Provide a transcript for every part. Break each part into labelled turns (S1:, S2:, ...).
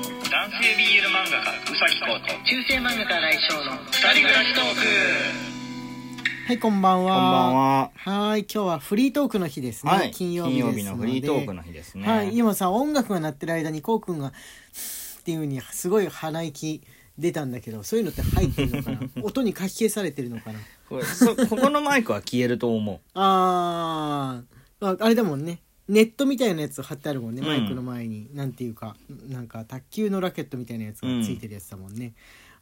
S1: 系 BL 漫画家うさぎこと
S2: 中世漫画家来翔の
S1: 二人暮らしトーク
S2: はいこんばんは
S3: こんばんは。
S2: はーい今日はフリートークの日ですね、
S3: はい。
S2: 金曜日ですので
S3: のフリートークの日ですね。
S2: はい、今さ音楽が鳴ってる間にこうくんが「っていうふうにすごい鼻息出たんだけどそういうのって入ってるのか な音にかき消されてるのかな
S3: これそここのマイクは消えると思
S2: あーああれだもんねネットみたいなやつ貼ってあるもんね、
S3: うん
S2: マイクの前になんていうかなんか卓球のラケットみたいなやつがついてるやつだもんね、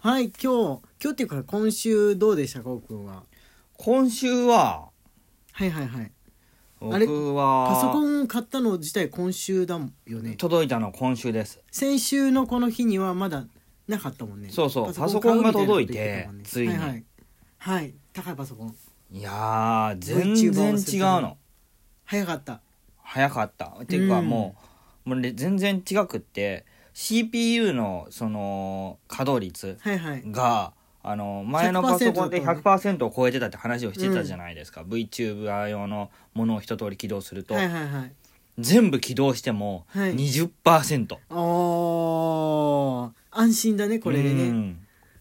S2: はい今日今日っていうか今週どうでしたこうくんは
S3: う。今週は、
S2: はいはいはいあれ
S3: 僕は、
S2: パソコン買ったの自体今週だもんよね
S3: 届いたの今週です。
S2: 先週のこの日にはまだなかったもんね
S3: そうそう
S2: 買うみ
S3: パ
S2: た
S3: ソコンが届いてつい
S2: な
S3: に
S2: こと言ってたもんねはいはい、はい、高いパソコン
S3: いやー、全然違う
S2: VTuber
S3: の。
S2: 早かった
S3: 早かった。っていうか
S2: うん
S3: もう、もうね全然違くって、CPU のその稼働率
S2: はいはい
S3: が、あの前のパソコンで
S2: 100%
S3: 100%を超えてたって話をしてたじゃないですか、VTuber 用のものを一通り起動すると、
S2: はいはいはい
S3: 全部起動しても
S2: はい
S3: 20%、
S2: おー安心だねこれで
S3: う
S2: ね
S3: ん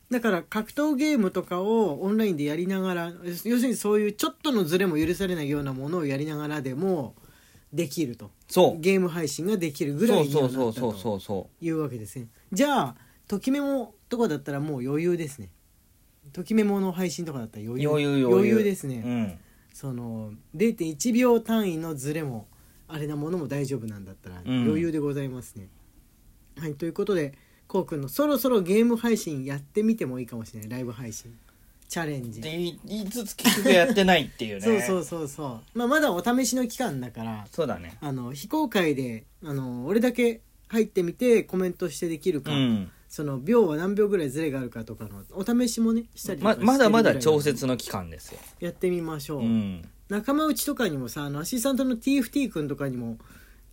S2: だから格闘ゲームとかをオンラインでやりながら要するにそういうちょっとのズレも許されないようなものをやりながらでもできると
S3: そう
S2: ゲーム配信ができるぐら
S3: そ
S2: いうには
S3: そ
S2: な
S3: う
S2: った
S3: そうそう
S2: と
S3: そうそ
S2: いうわけですねじゃあときメモとかだったらもう余裕ですねときメモの配信とかだったら
S3: う
S2: 余裕
S3: 余裕
S2: ですね、
S3: うん
S2: その0.1秒単位のズレもあれなものも大丈夫なんだったら
S3: うん
S2: 余裕でございますね。はいということでこうくんのそろそろゲーム配信やってみてもいいかもしれないライブ配信チャレンジ。
S3: って言い言いつつ結局やってないっていうね
S2: そうそううそうそう、まあ、まだお試しの期間だから
S3: そうだね
S2: あの非公開であの俺だけ入ってみてコメントしてできる
S3: う
S2: か、
S3: ん
S2: その秒は何秒ぐらいズレがあるかとかのお試しもねしたりとか
S3: ま
S2: してる
S3: まだま
S2: ぐ
S3: だ
S2: らい
S3: 調節の期間ですよ、
S2: やってみましょう。
S3: うん、
S2: 仲間内とかにもさあのアシスタントの TFT 君とかにも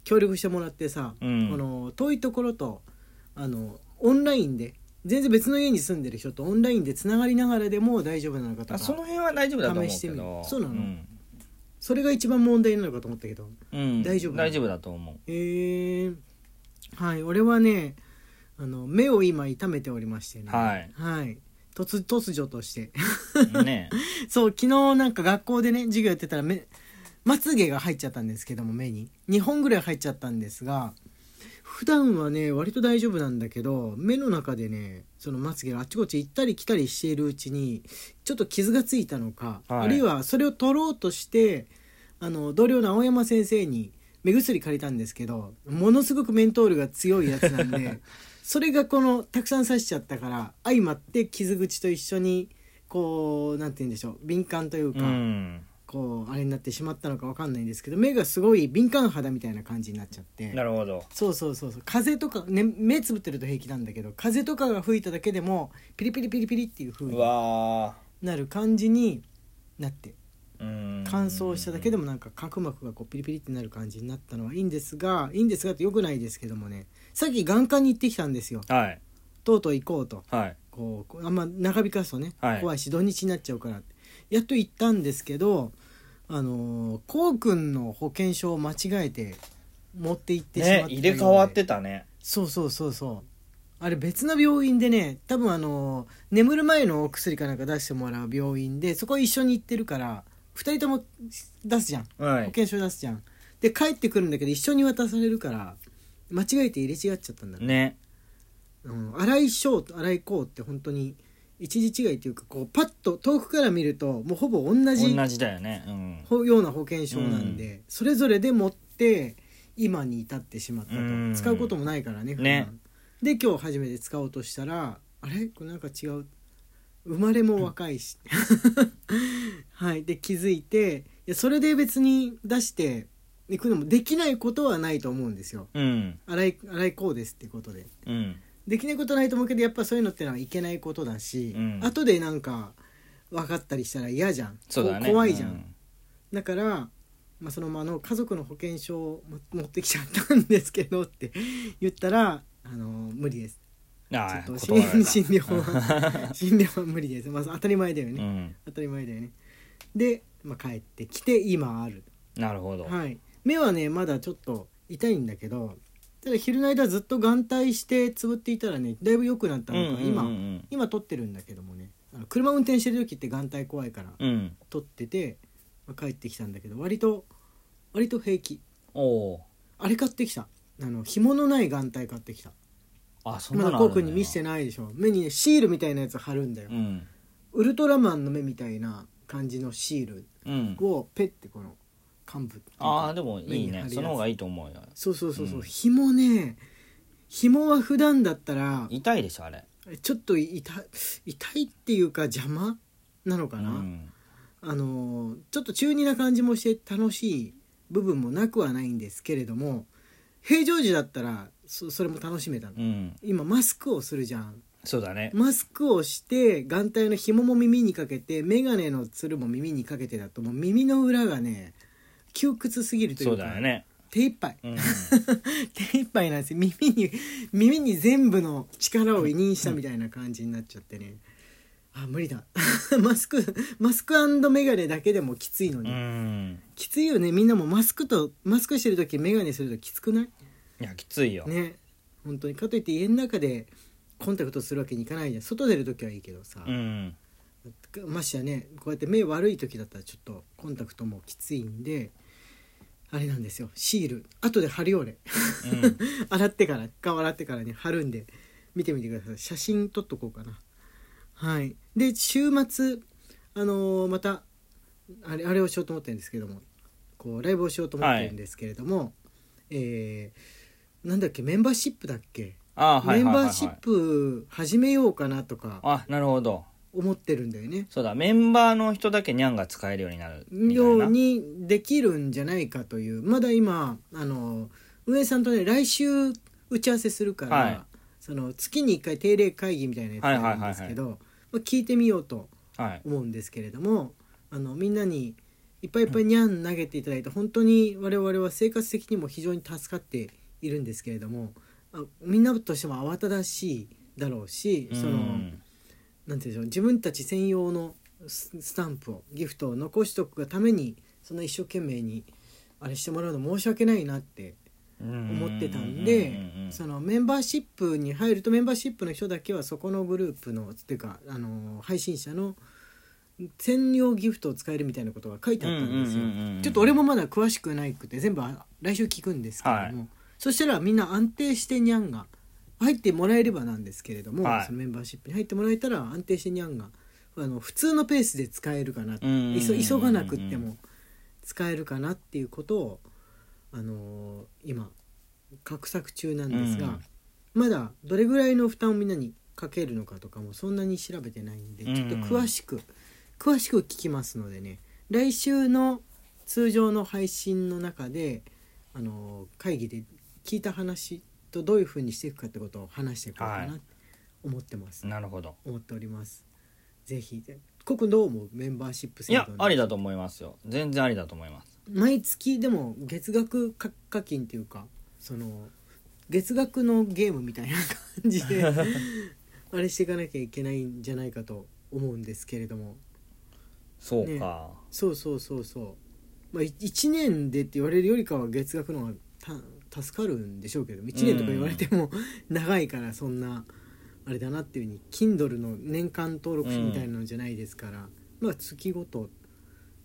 S2: 協力してもらってさ、
S3: うん
S2: この遠いところとあのオンラインで全然別の家に住んでる人とオンラインでつながりながらでも大丈夫なのかとか
S3: あその辺は大丈夫だと思うけど
S2: 試してみるそうなの
S3: ん
S2: それが一番問題なのかと思ったけど
S3: うん、
S2: 大丈夫
S3: 大丈夫だと思う
S2: えー、はい俺はねあの目を今痛めておりましてね
S3: はい、
S2: はい、突突如として
S3: ね
S2: そう昨日なんか学校でね授業やってたら目まつげが入っちゃったんですけども目に2本ぐらい入っちゃったんですが普段はね割と大丈夫なんだけど目の中でねそのまつげがあっちこっち行ったり来たりしているうちにちょっと傷がついたのか、
S3: はい
S2: あるいはそれを取ろうとしてあの同僚の青山先生に目薬借りたんですけどものすごくメントールが強いやつなんでそれがこのたくさん刺しちゃったから相まって傷口と一緒にこうなんて言うんでしょう敏感という
S3: う
S2: か。
S3: ん
S2: こうあれになってしまったのかわかんないんですけど目がすごい敏感肌みたいな感じになっちゃって
S3: なるほど
S2: そうそうそうそう風とか、ね、目つぶってると平気なんだけど風とかが吹いただけでもピリピリピリピリっていう風
S3: う
S2: に
S3: わ
S2: なる感じになって
S3: ーうん
S2: 乾燥しただけでもなんか角膜がこうピリピリってなる感じになったのはいいんですがいいんですがってよくないですけどもねさっき眼科に行ってきたんですよ
S3: はい
S2: とうとう行こうと
S3: はい
S2: こうこうあんま長引かすとね、
S3: はい
S2: 怖いし土日になっちゃうからってやっと行ったんですけどあのーこうくんの保険証を間違えて持って行ってしまった
S3: ね
S2: ようで
S3: 入れ替わってたね
S2: そうそうそうそうあれ別の病院でね多分あのー眠る前のお薬かなんか出してもらう病院でそこ一緒に行ってるから2人とも出すじゃん
S3: は
S2: 保
S3: い
S2: 険証出すじゃんで帰ってくるんだけど一緒に渡されるから間違えて入れ違っちゃったんだね
S3: ね
S2: うん、荒井翔と荒井こうって本当に一時違いというかこうパッと遠くから見るともうほぼ同じ
S3: 同じだよねうん
S2: ほような保険証なんで、それぞれで持って今に至ってしまったと、
S3: うん
S2: 使うこともないからね普段
S3: ね
S2: で今日初めて使おうとしたらあれこれなんか違う生まれも若いし、 はいで気づいていやそれで別に出していくのもできないことはないと思うんですよ
S3: うん
S2: 荒井荒井こうですってことで。
S3: うん
S2: できないことないと思うけどやっぱそういうのってのはいけないことだし、
S3: うん
S2: 後でなんか分かったりしたら嫌じゃん
S3: そうだね
S2: こ怖いじゃん、
S3: うん
S2: だから、まあ、そのままあの家族の保険証をも持ってきちゃったんですけどって 言ったらあの無理です
S3: あ
S2: ちょ
S3: あ
S2: っと
S3: 断られた
S2: 診診療は診療は無 理です、まあ、当たり前だよね、
S3: うん
S2: 当たり前だよねで、まあ、帰ってきて今ある
S3: なるほど
S2: はい目はねまだちょっと痛いんだけどただ昼の間ずっと眼帯してつぶっていたらねだいぶ良くなった
S3: うんう
S2: の
S3: ん
S2: か、
S3: うんう
S2: 今
S3: ん
S2: 今撮ってるんだけどもねあの車運転してる時って眼帯怖いから
S3: うん
S2: 撮っててまあ帰ってきたんだけど割と割と平気
S3: おー
S2: あれ買ってきたあの紐のない眼帯買ってきた
S3: あそんな
S2: ま
S3: のあ
S2: だ
S3: る
S2: こ
S3: ん
S2: うくんに見せて
S3: な
S2: ないでしょ目にねシールみたいなやつ貼るんだよ、
S3: うん
S2: ウルトラマンの目みたいな感じのシール
S3: うん
S2: をペッてこの幹部っていうか
S3: ああでもいい
S2: 目に貼
S3: ね
S2: るやつ
S3: その方がいいと思うよ
S2: そうそうそうそう、
S3: うん
S2: 紐ね紐は普段だったら
S3: 痛いでしょあれ
S2: ちょっと痛い痛いっていうか邪魔なのかな、
S3: うん
S2: あのーちょっと中二な感じもして楽しい部分もなくはないんですけれども平常時だったらそそれも楽しめたの、
S3: うん
S2: 今マスクをするじゃん
S3: そうだね
S2: マスクをして眼帯の紐も耳にかけて眼鏡のつるも耳にかけてだともう耳の裏がね窮屈すぎるという
S3: そ
S2: か
S3: うだよね
S2: 手一杯
S3: うん
S2: 手一杯なんですよ耳に耳に全部の力を委任したみたいな感じになっちゃってねあ無理だ マスクマスクメガネだけでもきついの
S3: う
S2: に、
S3: ん
S2: きついよねみんなもマスクとマスクしてる時メガネするときつくない
S3: いやきついよ
S2: ね本当にかといって家の中でコンタクトするわけにいかないじゃん外出る時はいいけどさ、
S3: うん
S2: ましてやねこうやって目悪い時だったらちょっとコンタクトもきついんであれなんですよシール後で貼るよ俺
S3: うん
S2: 洗ってから顔洗ってからね貼るんで見てみてください写真撮っとこうかなはいで週末あのーまたあれあれをしようと思ってるんですけどもこうライブをしようと思ってるんですけれども、えーなんだっけメンバーシップだっけ、
S3: あーはい
S2: メ
S3: は
S2: ン
S3: い
S2: バ
S3: はいは
S2: ーシ
S3: い
S2: ップ始めようかなとか
S3: あなるほど
S2: 思ってるんだよね
S3: そうだメンバーの人だけニャンが使えるようになるみたい
S2: よ
S3: な
S2: うにできるんじゃないかというまだ今あの運営さんとね来週打ち合わせするから、
S3: はい
S2: その月に1回定例会議みたいなやつがあるんですけど、まあ、聞いてみようと
S3: はい
S2: 思うんですけれどもあのみんなにいっぱいいっぱいにゃん投げていただいて本当に我々は生活的にも非常に助かっているんですけれどもあみんなとしても慌ただしいだろうしその。
S3: うん
S2: なんていうんでしょう自分たち専用のススタンプをギフトを残しておくがためにそんな一生懸命にあれしてもらうの申し訳ないなって思ってたんで
S3: ううんうん
S2: そのメンバーシップに入るとメンバーシップの人だけはそこのグループのっていうかあの配信者の専用ギフトを使えるみたいなことが書いてあったんですよ
S3: うんうんうんうん
S2: ちょっと俺もまだ詳しくないくて全部あ来週聞くんですけれども、
S3: はい
S2: そしたらみんな安定してニャンが入ってもらえればなんですけれども、
S3: はい
S2: そのメンバーシップに入ってもらえたら安定してニャンがあの普通のペースで使えるかなと
S3: うんうんうんうん
S2: 急急がなくっても使えるかなっていうことを、あのー今画策中なんですが、まだどれぐらいの負担をみんなにかけるのかとかもそんなに調べてないんで、
S3: うん
S2: ちょっと詳しく詳しく聞きますのでね来週の通常の配信の中で、あのー会議で聞いた話とどういうふうにしていくかってことを話していこうかな
S3: は
S2: と
S3: い
S2: 思ってます、
S3: なるほど
S2: 思っておりますぜひコ君どう思うメンバーシップ
S3: い
S2: 制
S3: や
S2: 度の
S3: ありだと思いますよ全然ありだと思います
S2: 毎月でも月額か課金っていうかその月額のゲームみたいな感じであれしていかなきゃいけないんじゃないかと思うんですけれども
S3: そうか、
S2: そうそうそうそう、まあ、1年でって言われるよりかは月額の方がた助かるんでしょうけど1年とか言われても長いからそんなあれだなっていうふうに Kindle の年間登録費みたいなのじゃないですから、まあ月ごと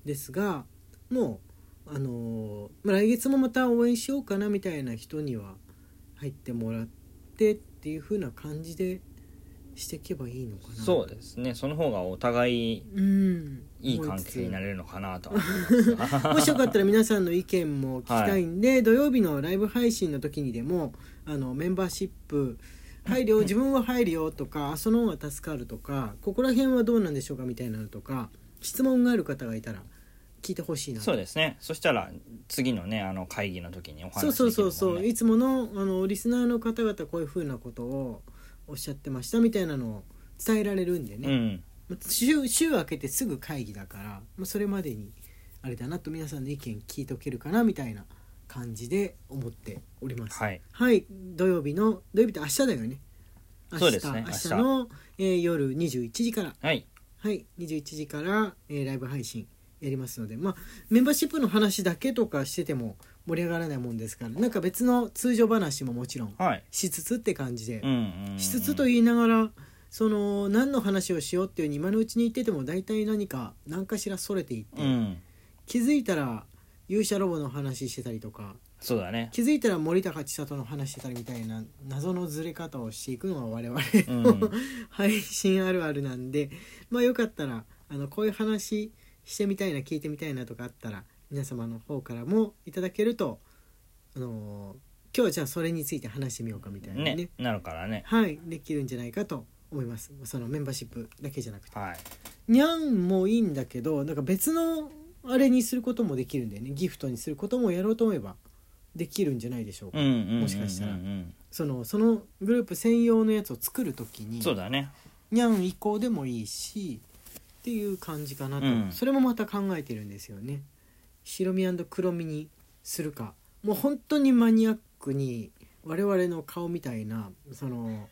S2: ですがもう、あのーまあ、来月もまた応援しようかなみたいな人には入ってもらってっていう風な感じでしていけばいいのかな
S3: そうですねその方がお互い
S2: うん
S3: いい関係にな
S2: る
S3: れるのかなとは思 いますが
S2: もしよかったら皆さんの意見も聞きたいんで、土曜日のライブ配信の時にでもあのメンバーシップ入るよ自分は入るよとかあその方が助かるとかここら辺はどうなんでしょうかみたいなのとか質問がある方がいたら聞いてほしいなと
S3: そうですねそしたら次のねあの会議の時にお話
S2: そう
S3: できる
S2: そ
S3: もん
S2: うそうそ
S3: ね
S2: ういつものあのリスナーの方々こういうふうなことをおっしゃってましたみたいなのを伝えられるんでね、
S3: うん
S2: まあ週週明けてすぐ会議だから、まあ、それまでにあれだなと皆さんの意見聞いとけるかなみたいな感じで思っております
S3: はい
S2: はい土曜日の土曜日って明日だよね明日
S3: そうです
S2: 明
S3: ね明
S2: 日
S3: 日
S2: の、えー夜21時から
S3: はい
S2: はい21時から、えーライブ配信やりますのでまあメンバーシップの話だけとかしてても盛り上がらないもんですからなんか別の通常話ももちろん
S3: はい
S2: しつつって感じで
S3: うんうんうん
S2: しつつと言いながらその何の話をしようっていうに今のうちに言ってても大体何か何かしらそれていって、
S3: うん
S2: 気づいたら勇者ロボの話してたりとか
S3: そうだね
S2: 気づいたら森高千里の話してたりみたいな謎のずれ方をしていくのが我々の、
S3: うん
S2: 配信あるあるなんでまあよかったらあのこういう話してみたいな聞いてみたいなとかあったら皆様の方からもいただけると、あのー今日じゃあそれについて話してみようかみたいなね
S3: ねなるからね
S2: はいできるんじゃないかと思いますそのメンバーシップだけじゃなくて
S3: はい
S2: にゃんもいいんだけどなんか別のあれにすることもできるんだよねギフトにすることもやろうと思えばできるんじゃないでしょうか、
S3: うんうんうんうんうん
S2: もしかしたらそのそのグループ専用のやつを作る時に
S3: そうだね
S2: にゃん以降でもいいしっていう感じかなと、
S3: うん
S2: それもまた考えてるんですよね白身黒身にするかもう本当にマニアックに我々の顔みたいなその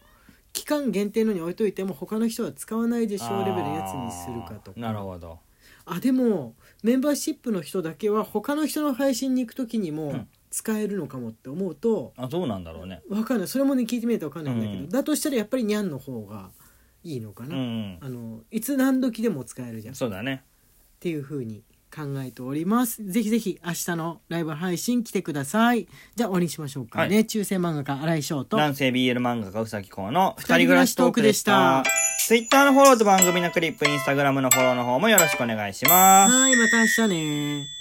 S2: 期間限定のに置いといても他の人は使わないでしょうレベルのやつにするかと
S3: あ
S2: か
S3: ーなるほど
S2: あでもメンバーシップの人だけは他の人の配信に行く時に
S3: う
S2: も
S3: ん
S2: 使えるのかもって思うと、
S3: あどうなんだろうね
S2: わかんないそれもね聞いてみないとわかんないんだけど、
S3: うん
S2: だとしたらやっぱりにゃんの方がいいのか
S3: うん
S2: な、
S3: うん
S2: あのいつ何時でも使えるじゃんっ
S3: そうだね
S2: ていう風に考えておりますぜひぜひ明日のライブ配信来てくださいじゃあ終わりにしましょうかね、
S3: は
S2: 中世漫画家新井翔と
S3: 男性 BL 漫画家うさぎこうの二
S2: 二人
S3: 人暮
S2: 暮
S3: ら
S2: ら
S3: し
S2: し
S3: ト
S2: ト
S3: ー
S2: ー
S3: ク
S2: ク
S3: で
S2: で
S3: し
S2: したた
S3: Twitter のフォローと番組のクリップ Instagram のフォローの方もよろしくお願いします
S2: はいまた明日ね